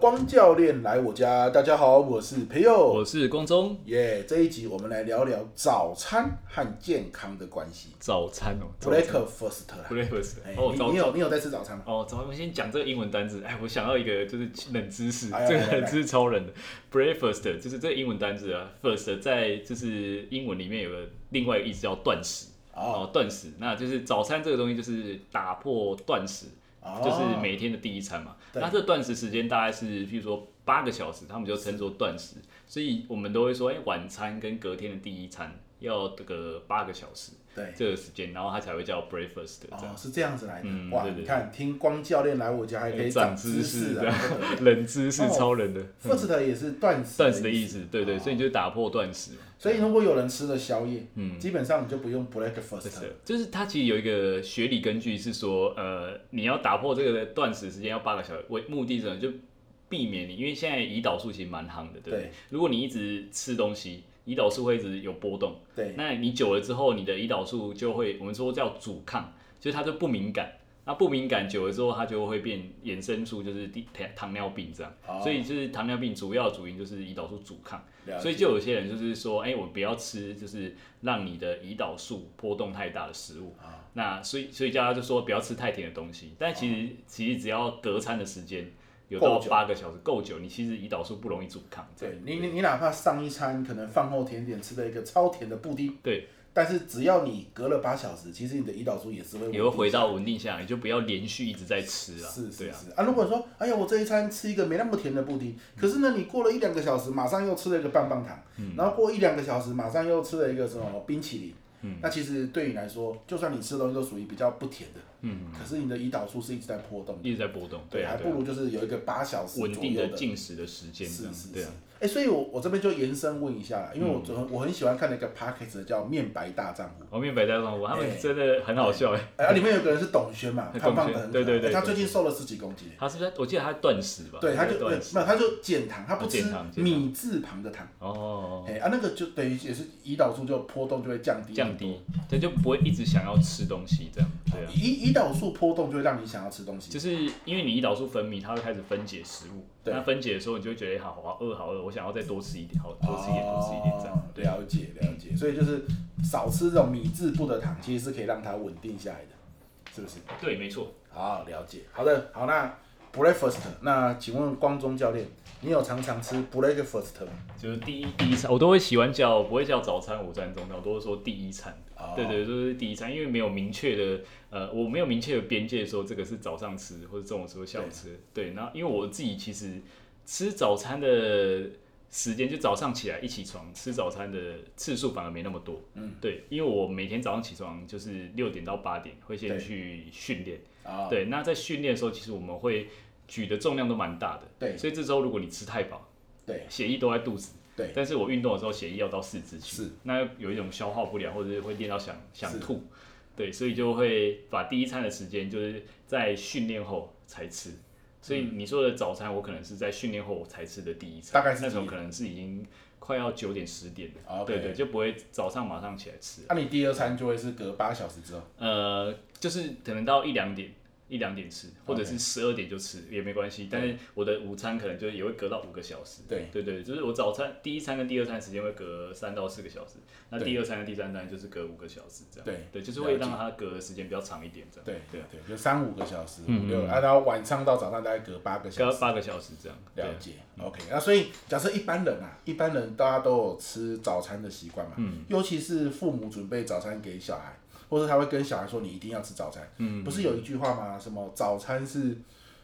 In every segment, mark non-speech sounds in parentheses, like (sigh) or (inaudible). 光教练来我家。大家好，我是培我佑。是光中，耶这一集我们来聊聊早餐和健康的关系。早餐哦 Breakfast 啦， breakfast，哎哦你早你有你有在吃早餐吗？哦，早餐我先讲这个英文单字，哎，我想到一个就是冷知识，哎这个来来来冷知识超冷的，breakfast 就是这个英文单字啊，first 在就是英文里面有个另外一个意思叫断食，哦，哦，断食，那就是早餐这个东西就是打破断食，哦就是每天的第一餐嘛。对那这断食时间大概是，譬如说八个小时，他们就称作断食。所以我们都会说，哎、晚餐跟隔天的第一餐要这个八个小时对，这个时间，然后它才会叫 breakfast 这哦样。是这样子来的。嗯哇，对对哎你看，听光教练来我家还可以长知识这样啊。 (laughs) 冷知识哦超冷的。 (laughs) First 也是断食，断食的意。思，对哦对，所以你就打破断食嘛。所以如果有人吃了宵夜，嗯基本上你就不用 breakfast 了。就是它其实有一个学理根据是说，呃，你要打破这个断食时间要八个小时，为目的是什么？就避免你，因为现在胰岛素其实蛮夯的，对不对？对如果你一直吃东西，胰岛素会一直有波动，对，那你久了之后，你的胰岛素就会我们说叫阻抗，就是它就不敏感。那不敏感久了之后，它就会变衍生出就是低糖糖尿病这样，哦所以就是糖尿病主要主因就是胰岛素阻抗。了解所以就有些人就是说，哎、我不要吃，就是让你的胰岛素波动太大的食物。啊那所以所以大家就说不要吃太甜的东西。但其实、其实只要隔餐的时间有到够久八个小时够久，你其实胰岛素不容易阻抗。这样对你你你哪怕上一餐可能饭后甜点吃了一个超甜的布丁，对，但是只要你隔了八小时，其实你的胰岛素也是会也会回到稳定下来，你就不要连续一直在吃啊。是对是啊，是啊。如果说哎呀，我这一餐吃一个没那么甜的布丁，可是呢，你过了一两个小时，马上又吃了一个棒棒糖，嗯然后过一两个小时，马上又吃了一个什么冰淇淋。嗯那其实对你来说，就算你吃的东西都属于比较不甜的，嗯，可是你的胰岛素是一直在波动的，一直在波动。对啊，还对不啊，如就是有一个八小时稳左定右的进食的时间这是样是。对是啊，，嗯哎、所以我我这边就延伸问一下啦，因为我昨、我很喜欢看那个 p o c k e t 叫《面白大丈夫》我面白在上我他哎们真的很好笑哎、哎、啊里面有个人是董轩嘛，董胖胖的轩哦很可对爱对对哎他对最近瘦了十几公斤。他是不是在？我记得他在断食吧？对，他就对断食没。有，他就减糖，他不哦吃减糖减糖米字旁的糖，哦，哎、啊，那个就等于也是胰岛素就波动就会降低，降低，对，就不会一直想要吃东西这样。对啊。胰胰岛素波动就会让你想要吃东西，就是因为你胰岛素分泌，它会开始分解食物。对那分解的时候，你就会觉得哎好好饿，好饿，我想要再多吃一点，好多吃一点，多吃一点这样。对啊，样。哦了解了解，所以就是少吃这种米字部的糖，其实是可以让它稳定下来的，是不是？对，没错。好，了解。好的，好，那 breakfast，那请问光中教练，你有常常吃 breakfast 吗？就是第一第一餐，我都会喜欢叫，我不会叫早餐、午餐、中餐，我都会说第一餐。哦对对，就是第一餐，因为没有明确的，呃，我没有明确的边界说这个是早上吃或者中午吃或下午吃。对，然后因为我自己其实吃早餐的时间，就早上起来一起床吃早餐的次数反而没那么多。嗯，对，因为我每天早上起床就是六点到八点会对先去训练。啊，对，那在训练的时候，其实我们会举的重量都蛮大的。对所以这时候如果你吃太饱，对血液都在肚子。对，但是我运动的时候血液要到四肢去，是那有一种消化不良，或者是会练到想是想吐，对，所以就会把第一餐的时间就是在训练后才吃。所以你说的早餐，我可能是在训练后才吃的第一餐，大概是那几时候点可能是已经快要九点十点了 OK 对对，就不会早上马上起来吃。那、你第二餐就会是隔八小时之后，呃，就是可能到一两点，一两点吃，或者是十二点就吃也没关系。但是我的午餐可能就也会隔到五个小时。对对对，就是我早餐第一餐跟第二餐时间会隔三到四个小时，那对第二餐跟第三餐就是隔五个小时这样。对对，就是了会解让它隔的时间比较长一点这样。对对对啊，对，就三五个小时、嗯五六，啊，然后晚上到早上大概隔八个小隔时。八个小时这样。对了解，OK，那所以假设一般人啊，一般人大家都有吃早餐的习惯嘛，嗯，尤其是父母准备早餐给小孩，或者他会跟小孩说你一定要吃早餐，嗯，不是有一句话吗？什么早餐是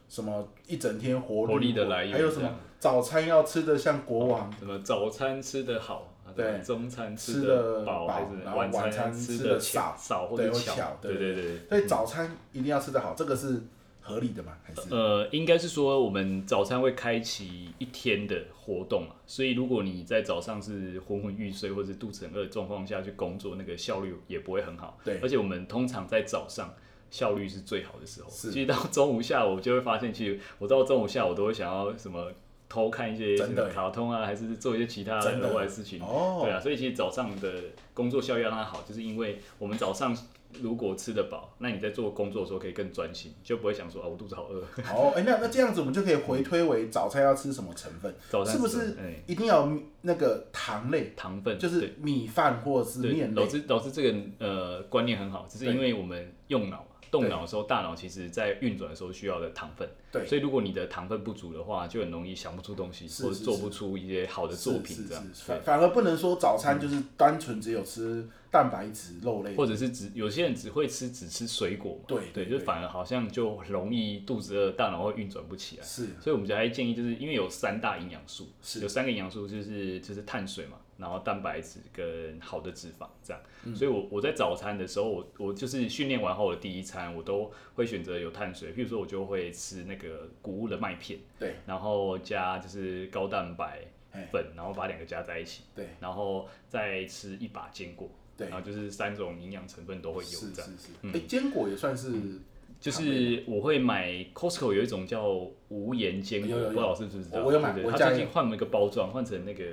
什么一整天活活力的来源还有什这么样早餐要吃的像国王，什么早餐吃得好，啊对什么中餐吃得得饱，饱还是然后晚餐餐吃得得少少或对者或巧对对对对。所以早餐一定要吃得好，这个是合理的吗？还是呃，应该是说我们早餐会开启一天的活动嘛，所以如果你在早上是昏昏欲睡或者肚子很饿的状况下去工作，那个效率也不会很好。对而且我们通常在早上。效率是最好的时候，是其实到中午下午我就会发现，其实我到中午下午都会想要什么偷看一些什真么的卡通啊，还是做一些其他真的额外的事情。哦，对啊，所以其实早上的工作效率要让它好，就是因为我们早上如果吃得饱，那你在做工作的时候可以更专心，就不会想说啊我肚子好饿。哦，哎、那那这样子我们就可以回推为早餐要吃什么成分，早餐是不吃是哎一定要有那个糖类，糖分就对是米饭或者是对，面老类？师老师这个呃观念很好，只是因为我们用脑嘛动脑的时候，大脑其实在运转的时候需要的糖分。对所以如果你的糖分不足的话，就很容易想不出东西，是或者是做是不出一些好的作是品是这样嗯是。反反而不能说早餐就是单纯只有吃蛋白质、肉类对，或者是只有些人只会吃只吃水果嘛，对对，对就对反而好像就容易肚子饿，大脑会运转不起来。是所以我们就还建议，就是因为有三大营养素，是有三个营养素，就是就是碳水嘛，然后蛋白质跟好的脂肪这样。嗯所以我我在早餐的时候，我我就是训练完后的第一餐，我都会选择有碳水，譬如说我就会吃那个谷物的麦片，对，然后加就是高蛋白哎粉，然后把两个加在一起，对然后再吃一把坚果，对然后就是三种营养成分都会有是是这样。嗯是，哎、坚果也算是就是我会买 Costco 有一种叫无盐坚果，有有有不知道老师知不知道？我我有买对对我它家最也近换了一个包装，换成那个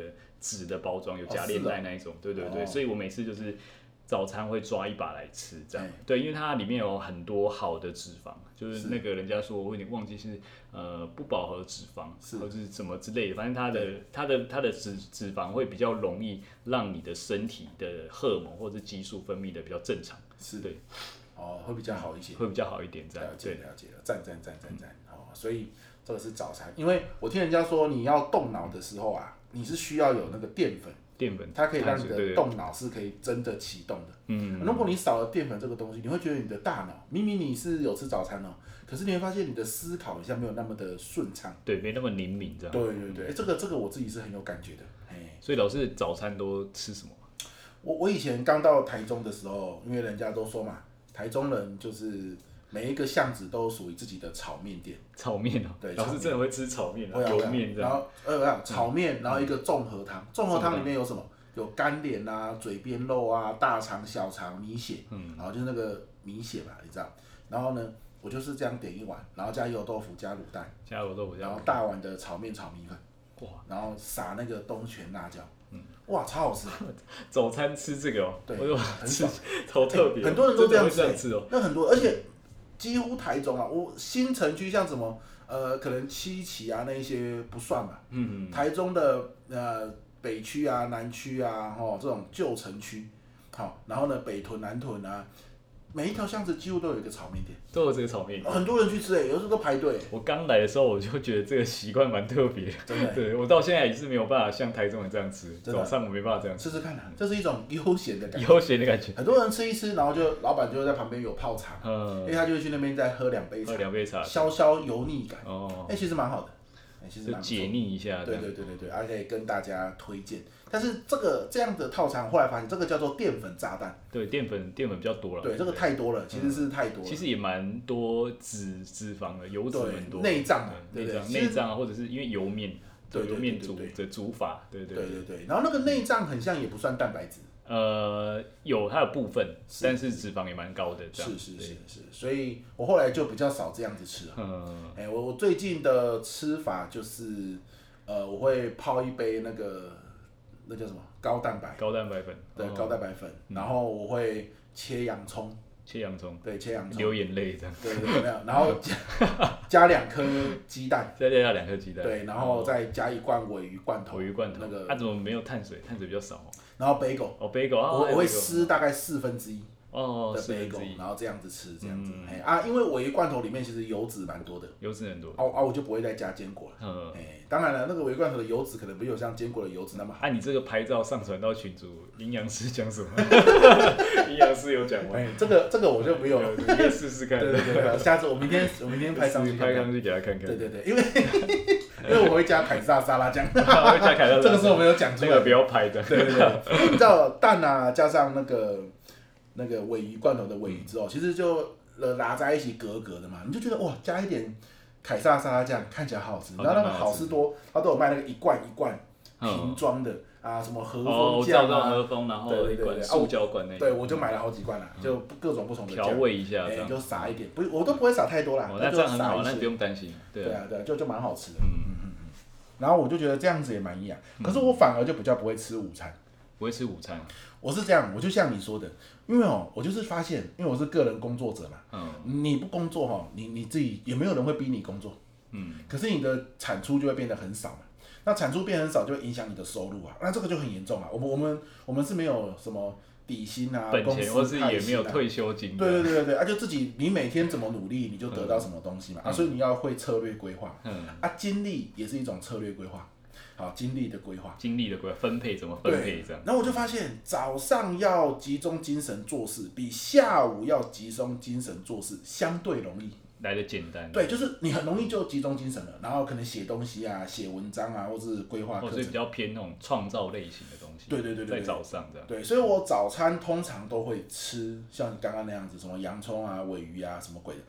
纸的包装，有夹链袋那一种。对对对，哦所以我每次就是早餐会抓一把来吃，这样、哎对，因为它里面有很多好的脂肪，就是是那个人家说我有点忘记是呃不饱和脂肪，是或是什么之类的，反正它的它的它的脂脂肪会比较容易让你的身体的荷尔蒙或者激素分泌的比较正常，是对，哦，会比较好一些。会比较好一嗯点这样了。解对。了解了，赞赞赞赞赞，哦，所以这个是早餐，因为我听人家说你要动脑的时候啊，你是需要有那个淀粉，淀粉，它可以让你碳水的，动脑是可以真的启动的。嗯，如果你少了淀粉这个东西，你会觉得你的大脑明明你是有吃早餐哦，可是你会发现你的思考好像没有那么的顺畅。对对，啊没那么灵敏这样。对对对，诶这个这个我自己是很有感觉的。哎，所以老师早餐都吃什么？ (laughs) 我我以前刚到台中的时候，因为人家都说嘛，台中人就是每一个巷子都属于自己的炒面店。炒面哦，对老炒师面真的会吃炒面会啊，啊油会啊面这然样。嗯后呃，不是炒面，然后一个综合汤，综合综合汤汤里面有什么？有干莲啊、嘴边肉啊、大肠、小肠、米血，嗯，然后就是那个米血吧，你知道。然后呢，我就是这样点一碗，然后加油豆腐、加卤蛋，加油豆腐啊然加后油，大碗的炒面、炒米粉，哇，然后撒那个东泉辣椒，嗯哇，超好吃的，早餐吃这个哦，对我就很吃爽。 (laughs) 好特别欸哦，很多人都真的会这这样样吃哦。那很多，而且几乎台中啊，我新城区像什么呃，可能七期啊那一些不算吧，嗯，台中的呃北区啊、南区啊，吼这种旧城区，好，然后呢北屯、南屯啊，每一条巷子几乎都有一个炒面店，嗯都有这个炒面。很多人去吃诶、有时候都排队、欸我刚来的时候，我就觉得这个习惯蛮特别的。真的欸、对我到现在也是没有办法像台中人这样吃，真的早上我没办法这样吃，试试看啊，这是一种悠闲的感觉。悠闲的感觉。很多人吃一吃，然后就老板就会在旁边有泡茶，因嗯为，他就会去那边再喝两杯茶喝，两杯茶，消消油腻感。哦，哎、其实蛮好的，哎、其实就蛮不错解腻啊一下。对对对对对，还、可以跟大家推荐。但是这个这样的套餐，后来发现这个叫做淀粉炸弹。对，淀粉淀粉比较多了。对，这个太多了，其实是太多了。嗯其实也蛮多脂脂肪的，油脂对很多，内脏嘛对对内不对脏其实内脏啊，或者是因为油面，对对油面煮对对的煮法，对对对对对，然后那个内脏很像也不算蛋白质，呃，有它的部分，是但是脂肪也蛮高的，这样是是是，是，所以我后来就比较少这样子吃了。对嗯，哎、我我最近的吃法就是，呃，我会泡一杯那个那叫什么高蛋白高蛋白粉，对，哦高蛋白粉，然后我会切洋葱，切洋葱，对，切洋葱，流眼泪这样，对对对，没有，然后加 (laughs) 加两颗鸡蛋，再加两颗鸡蛋，对， (laughs) 然后再加一罐尾鱼罐头哦头，鱼罐头啊那，个它怎么没有碳水？碳水比较少哦然后 bagel，哦，bagel 啊，我我会 bagel 撕大概四分之一。哦，的四分 bagel，之一，然后这样子吃，这样子，嗯哎、啊，因为尾鱼罐头里面其实油脂蛮多的，油脂很多，啊啊，我就不会再加坚果了，嗯，哎、当然了，那个尾鱼罐头的油脂可能没有像坚果的油脂那么好，啊按你这个拍照上传到群组，营养师 (laughs) 讲什么？营养师有讲吗？哎、这个这个我就没 (laughs) 有，你可以试试看，对对对对，下次我明天我明天拍上去看拍看，上去给他看看。对对对，因为 (laughs) 因为我会加凯撒沙拉酱，他会加凯这特，个是我没有讲出 (laughs) 这来个的不，要拍的。对对对，因为你知道蛋啊加上那个那个尾鱼罐头的尾鱼之后，其实就呃拿在一起格格的嘛，你就觉得哇，加一点凯撒沙拉酱看起来好好吃。好然后那个哦蛮好好吃事多，它都有卖那个一罐一罐瓶嗯，装的啊，什么和哦，风我照酱到啊，和风，然后对对一对罐对塑胶罐那对种，我就买了好几罐啦，就不各种不同的调酱，味一下哎，这样。就撒一点，不，我都不会撒太多啦哦，，那但这就样很撒好，那一你不些，用担心。对啊，啊对啊，就就蛮好吃的。嗯，然后我就觉得这样子也蛮营养。可是我反而就比较不会吃午餐。不会吃午餐啊，我是这样，我就像你说的，因为哦，我就是发现，因为我是个人工作者嘛，嗯你不工作哈、哦，你你自己也没有人会逼你工作，嗯，可是你的产出就会变得很少嘛。那产出变很少，就会影响你的收入啊，那这个就很严重啊。我们我们我们是没有什么底薪啊，本公司钱或是也没有派薪啊退休金对对的，对对对，啊，就自己你每天怎么努力，你就得到什么东西嘛，啊，所以你要会策略规划，嗯，啊，精力也是一种策略规划，好，精力的规划。精力的规划分配怎么分配对这样，，然后我就发现早上要集中精神做事，比下午要集中精神做事相对容易。来的简单，对，就是你很容易就集中精神了，然后可能写东西啊、写文章啊，或是规划哦，课所以程比。较偏那种创造类型的东西。对对对对对在早上这样。对，所以我早餐通常都会吃像你刚刚那样子，什么洋葱啊、尾鱼啊，什么鬼的，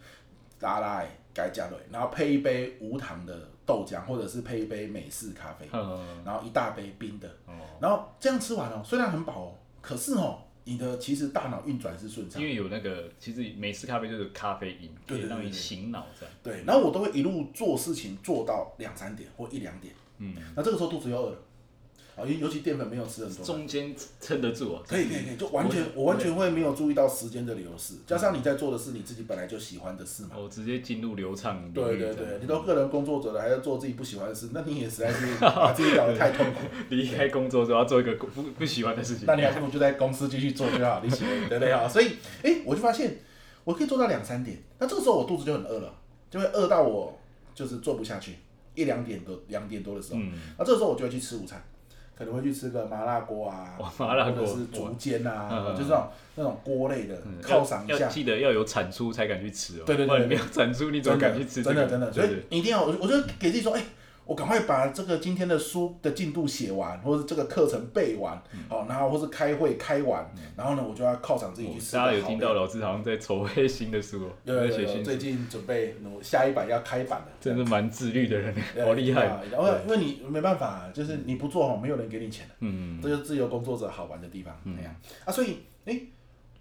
拉拉欸改加瑞，然后配一杯无糖的豆浆，或者是配一杯美式咖啡，嗯，然后一大杯冰的，哦，然后这样吃完哦，虽然很饱哦，可是哦，你的其实大脑运转是顺畅因。为有那个，其实美式咖啡就是咖啡因，可对对对以让你对对醒脑这样。对，然后我都会一路做事情做到两三点或一两点，嗯，那这个时候肚子又饿了，啊，尤尤其淀粉没有吃很多嘛，中间撑得住啊。可以可以可以，就完全我完全会没有注意到时间的流逝，加上你在做的是你自己本来就喜欢的事嘛。我直接进入流畅领域对对这样对，你都个人工作者了，还在做自己不喜欢的事，那你也实在是把自己搞得太痛苦。离开工作之后要做一个不不不喜欢的事情那。你还不如就在公司继续做就好，你喜欢对不对啊？所以，哎、我就发现我可以做到两三点，那这个时候我肚子就很饿了，就会饿到我就是做不下去，一两点多两点多的时候，嗯，那这个时候我就会去吃午餐，可能会去吃个麻辣锅啊，哇麻辣锅或者是竹煎哇啊，嗯就是那种那种锅类的嗯犒赏一要下要。记得要有产出才敢去吃哦。对对对不然你没对有产出，你怎真的么敢去吃这真个？的真的，所对以一定要，我就我就给自己说，哎、我赶快把这个今天的书的进度写完，或者这个课程背完，嗯好、然后或是开会开完，然后呢，我就要犒赏自己去对吃。嗯哦大家有听到？老师好像在筹备新的书哦，有有在有写有，新最书，近准备努下一版要开版了，真的的蛮自律的人，好厉害。啊然后因为你没办法，就是你不做哦，没有人给你钱的，嗯，这就是自由工作者好玩的地方，那样啊，所以哎、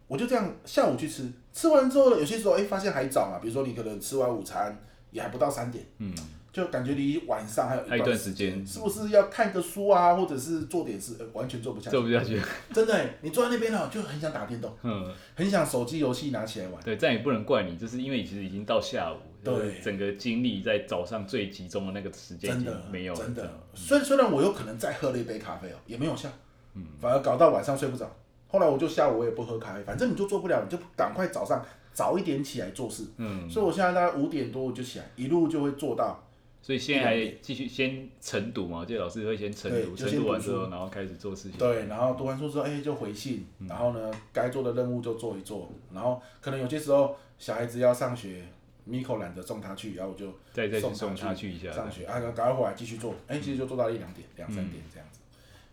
我就这样下午去吃，吃完之后呢，有些时候哎、发现还早嘛，比如说你可能吃完午餐也还不到三点。嗯，就感觉离晚上还有还有一段时间间是不是要看个书啊，或者是做点事？呃完全做不下去做，不下去。真的欸、你坐在那边呢，就很想打电动，嗯，很想手机游戏拿起来玩。对，这样也不能怪你，就是因为其实已经到下午，对就是整个精力在早上最集中的那个时间已真经的没有了，真这的样。虽虽然我有可能再喝了一杯咖啡哦、也没有效，嗯反而搞到晚上睡不着。后来我就下午我也不喝咖啡，反正你就做不了，你就赶快早上早一点起来做事。嗯，所以我现在大概五点多我就起来，一路就会做到所以现在还继续先晨读嘛，我记得老师会先晨对读，就晨先读完读之书后，然后开始做嗯事情。对，然后读完书之后，哎、就回信，然后呢，该做的任务就做一做，然后可能有些时候小孩子要上学，Miko 懒得送他去，然后我就再再去送送他他去一下，嗯上学，啊，赶快回来继续做，哎、其实就做到一两点、两三点这样子。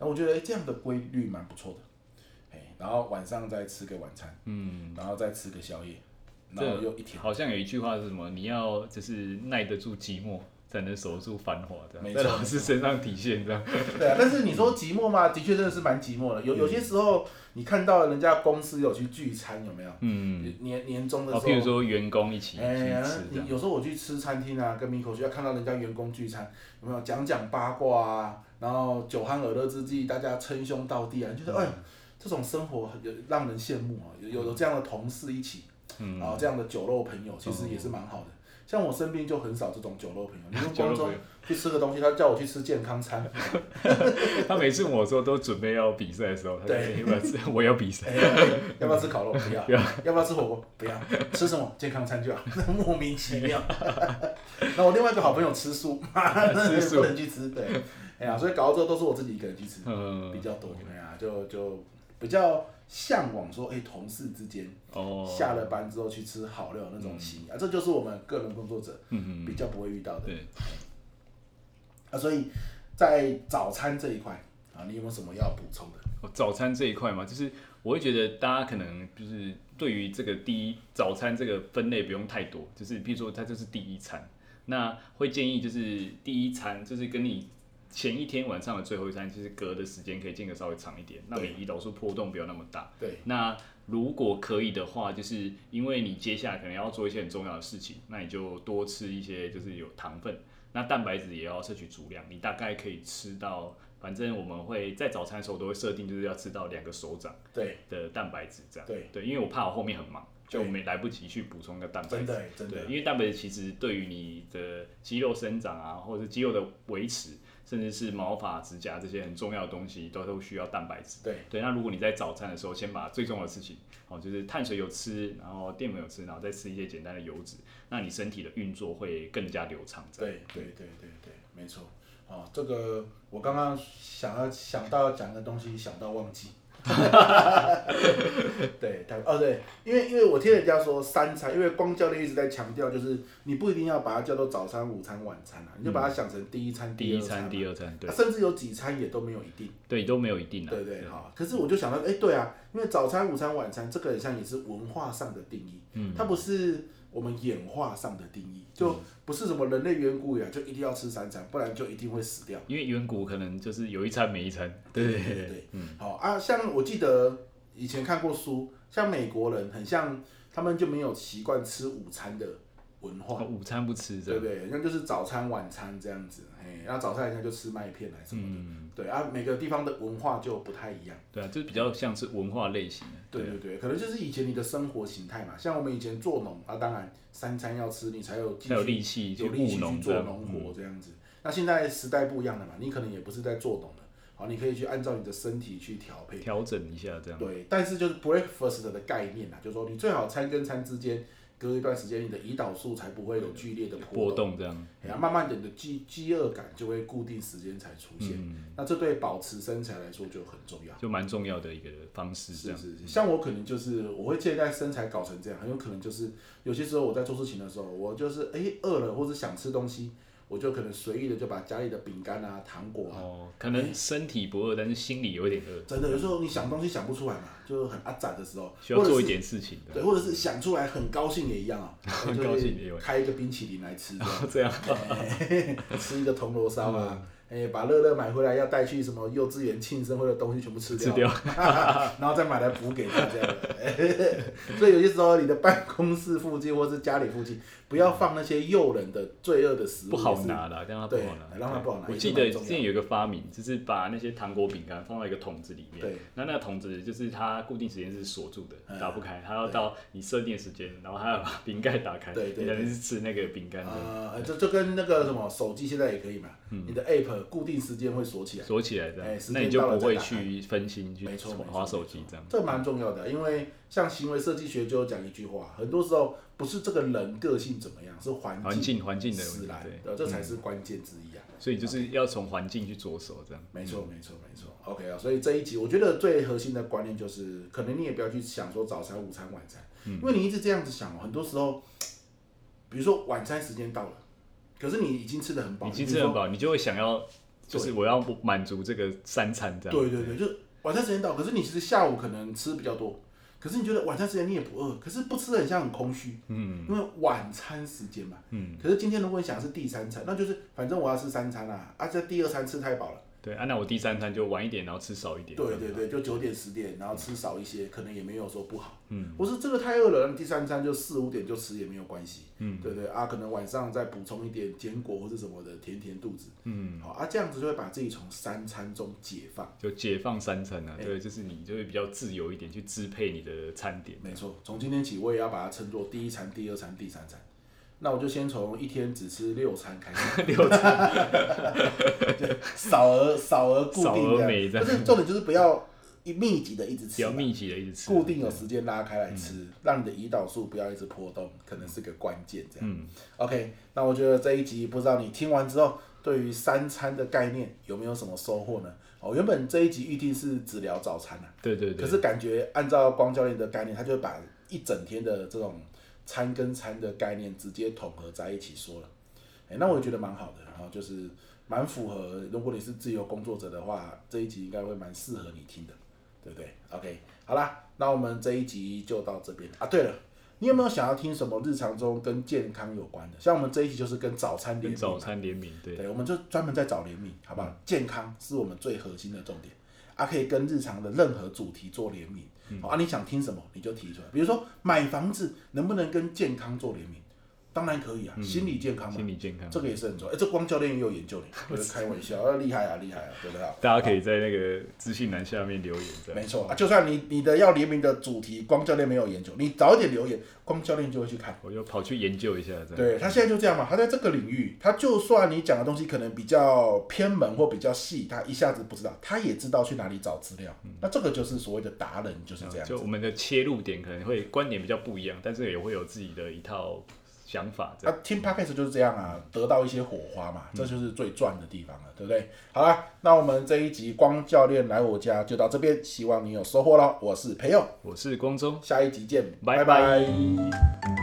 然后我觉得、哎这样的规律蛮不错的，哎、然后晚上再吃个晚餐，嗯，然后再吃个宵夜，这然后又一天。好像有一句话是什么？你要就是耐得住寂寞，才能守住繁华，这样没在错老师身上体现这样。对啊，但是你说寂寞吗？的确真的是蛮寂寞的。有有嗯些时候，你看到人家公司有去聚餐，有没有？嗯，年年终的时哦，候，譬如说员工一起一起哎、吃这你样，有时候我去吃餐厅啊，跟 Miko 去，要看到人家员工聚餐，有没有讲讲八卦啊？然后酒酣耳热之际，大家称兄道弟啊，你觉嗯得哎呀，这种生活很有让人羡慕啊！有有有这样的同事一起，嗯然后这样的酒肉朋友，其实也是蛮好的。像我身边就很少这种酒肉朋友，你 (laughs) 酒说光肉朋州友去吃个东西，他叫我去吃健康餐，他每次问我说都准备要比赛的时候，他就对说要不要吃？我要比赛。哎， (laughs) 要不要吃烤肉？ (laughs) 不要。要不要吃火锅？不要。吃什么？健康餐就好。 (laughs) 莫名其妙。 (laughs) 那我另外一个好朋友吃素， (laughs) 吃吃素不能去吃。对，哎呀，所以搞到最后都是我自己一个人去吃嗯比，较多。哎呀，就就比较向往说，哎，同事之间哦，下了班之后去吃好料那种情谊啊，这就是我们个人工作者嗯比较不会遇到的。对啊，所以在早餐这一块啊，你有没有什么要补充的？哦早餐这一块嘛，就是我会觉得大家可能就是对于这个第一早餐这个分类不用太多，就是比如说它就是第一餐，那会建议就是第一餐就是跟你前一天晚上的最后一餐，其实隔的时间可以间隔稍微长一点，那对你胰岛素波动不要那么大。对，那如果可以的话，就是因为你接下来可能要做一些很重要的事情，那你就多吃一些就是有糖分。那蛋白质也要摄取足量，你大概可以吃到，反正我们会在早餐的时候都会设定就是要吃到两个手掌对的蛋白质这样。对因为我怕我后面很忙，就对没来不及去补充个蛋白真质。的真对的，因为蛋白质其实对于你的肌肉生长啊，或者是肌肉的维持，甚至是毛发、指甲这些很重要的东西，都都需要蛋白质。对对，那如果你在早餐的时候，先把最重要的事情，哦，就是碳水有吃，然后淀粉有吃，然后再吃一些简单的油脂，那你身体的运作会更加流畅。这样对对对对对，没错。哦，这个我刚刚想要想到要讲的东西，想到忘记。 (laughs) 对，他哦对，因为因为我听人家说三餐，因为光教练一直在强调，就是你不一定要把它叫做早餐、午餐、晚餐啊，你就把它想成第一餐、嗯第二一餐嘛餐、，第二餐，对啊、甚至有几餐也都没有一定。对，都没有一定啊的。对对，好。可是我就想到，哎、对啊，因为早餐、午餐、晚餐这个很像也是文化上的定义，嗯，它不是我们演化上的定义，嗯就不是什么人类远古以来就一定要吃三餐，不然就一定会死掉。因为远古可能就是有一餐没一餐。对 (laughs) 对对 (laughs) 对，嗯，好啊，像我记得以前看过书，像美国人很像他们就没有习惯吃午餐的文化，哦午餐不吃这对样。不对？那就是早餐、晚餐这样子，嘿，然后早餐人家就吃麦片来什么的，嗯对啊，每个地方的文化就不太一样。对啊，就是比较像是文化类型的。对对对，可能就是以前你的生活形态嘛，像我们以前做农啊，当然三餐要吃，你才有继续才有力气去有力务气去农做这样。嗯农活这样子。那现在时代不一样了嘛，你可能也不是在做农了，好，你可以去按照你的身体去调配。调整一下这样。对，但是就是 breakfast 的概念啦，就是说你最好餐跟餐之间隔一段时间，你的胰岛素才不会有剧烈的波波动，动这样，然后慢慢的你的饥饥饿感就会固定时间才出现，嗯那这对保持身材来说就很重要。就蛮重要的一个方式这是样。是是，像我可能就是我会借贷身材搞成这样，很有可能就是有些时候我在做事情的时候，我就是哎饿了或者想吃东西，我就可能随意的就把家里的饼干啊、糖果啊，哦，可能身体不饿，但是心里有一点饿，真的有时候你想东西想不出来嘛，就是很阿展的时候，需要或者做一是点事情的。对，或者是想出来很高兴也一样啊， (laughs) 很就高兴是也有开一个冰淇淋来吃这样， (laughs) 啊这样， (laughs) 吃一个铜锣烧嗯啊。哎，把乐乐买回来，要带去什么幼稚园庆生会的东西全部吃掉，啊吃掉 (laughs) 然后再买来补给大家。所以有些时候，你的办公室附近或是家里附近，不要放那些诱人的、罪恶的食物，不好拿啦，让它不对好拿，让它不好拿我也是记蛮得重之要前有一个发明，就是把那些糖果饼干放到一个桶子里面，对，那那个桶子就是它固定时间是锁住的，嗯打不开，它要到你设定的时间，然后它要把饼盖打开，对对你才对能去吃那个饼干的，啊，这就跟那个什么手机现在也可以嘛，嗯你的 app 固定时间会锁起来，锁起来这哎样，时间那你就到了不会再打开去分心去没错没错划手机这样。这蛮重要的。啊因为像行为设计学就有讲一句话，很多时候不是这个人个性怎么样，是环环境环境的问使题，然对，嗯的，这才是关键之一啊。所以就是要从环境去着手这样。没错，没错，没错。OK 啊，所以这一集我觉得最核心的观念就是，可能你也不要去想说早餐、午餐、晚餐，嗯因为你一直这样子想哦，很多时候，比如说晚餐时间到了，可是你已经吃的很饱，已经比吃如很说，饱，你就会想要，就是我要满足这个三餐这样。对对对，就晚餐时间到，可是你其实下午可能吃比较多，可是你觉得晚餐时间你也不饿，可是不吃的很像很空虚，嗯，因为晚餐时间嘛，嗯，可是今天如果你想是第三餐，那就是反正我要吃三餐啊，啊，这第二餐吃太饱了。对，啊，那我第三餐就晚一点，然后吃少一点。对对对，就九点十点，然后吃少一些，可能也没有说不好。嗯，我是这个太饿了，那第三餐就四五点就吃也没有关系。嗯，对对啊，可能晚上再补充一点坚果或是什么的，填填肚子。嗯，好啊，这样子就会把自己从三餐中解放。就解放三餐哎啊，对，就是你就会比较自由一点去支配你的餐点。没错，从今天起我也要把它称作第一餐、第二餐、第三餐。那我就先从一天只吃六餐开 (laughs) 始，六 (laughs) 餐少而少而固少定而的，美这但样是重点就是不要一密集的一直比吃较嘛，密集的一直吃，啊啊固定有时间拉开来吃，让你的胰岛素不要一直波动，可能是个关键。这样、o k 那我觉得这一集不知道你听完之后，对于三餐的概念有没有什么收获呢？哦，原本这一集预定是只聊早餐啊，对对对可，是感觉按照光教练的概念，他就把一整天的这种餐跟餐的概念直接统合在一起说了。哎、那我也觉得蛮好的，然、后就是蛮符合，如果你是自由工作者的话，这一集应该会蛮适合你听的，对不对？OK，好啦，那我们这一集就到这边啊。对了，你有没有想要听什么日常中跟健康有关的？像我们这一集就是跟早餐联跟名早餐联名，对，对，我们就专门在找联名，好不好？嗯健康是我们最核心的重点，啊，可以跟日常的任何主题做哦联名。嗯好啊，你想听什么你就提出来，比如说买房子能不能跟健康做联名？当然可以啊，心理健康嘛嗯心，理健康，这个也是很重要。哎，这光教练也有研 (laughs) 究呢，我在开玩笑，啊厉害啊，厉害啊，对不对啊？大家可以在那个资讯栏下面留言，这样没错啊，就算你你的要联名的主题光教练没有研究，你早一点留言，光教练就会去看。我就跑去研究一下，这样对他现在就这样嘛，他在这个领域，他就算你讲的东西可能比较偏门或比较细，他一下子不知道，他也知道去哪里找资料。那这个就是所谓的达人，就是这样嗯就子。我们的切入点可能会观点比较不一样，但是也会有自己的一套想法，这啊样，听 podcast 就是这样啊，得到一些火花嘛，这就是最赚的地方了，对不对？好啦，那我们这一集光教练来我家就到这边，希望你有收获咯。我是培佑，我是光中。下一集见，拜拜拜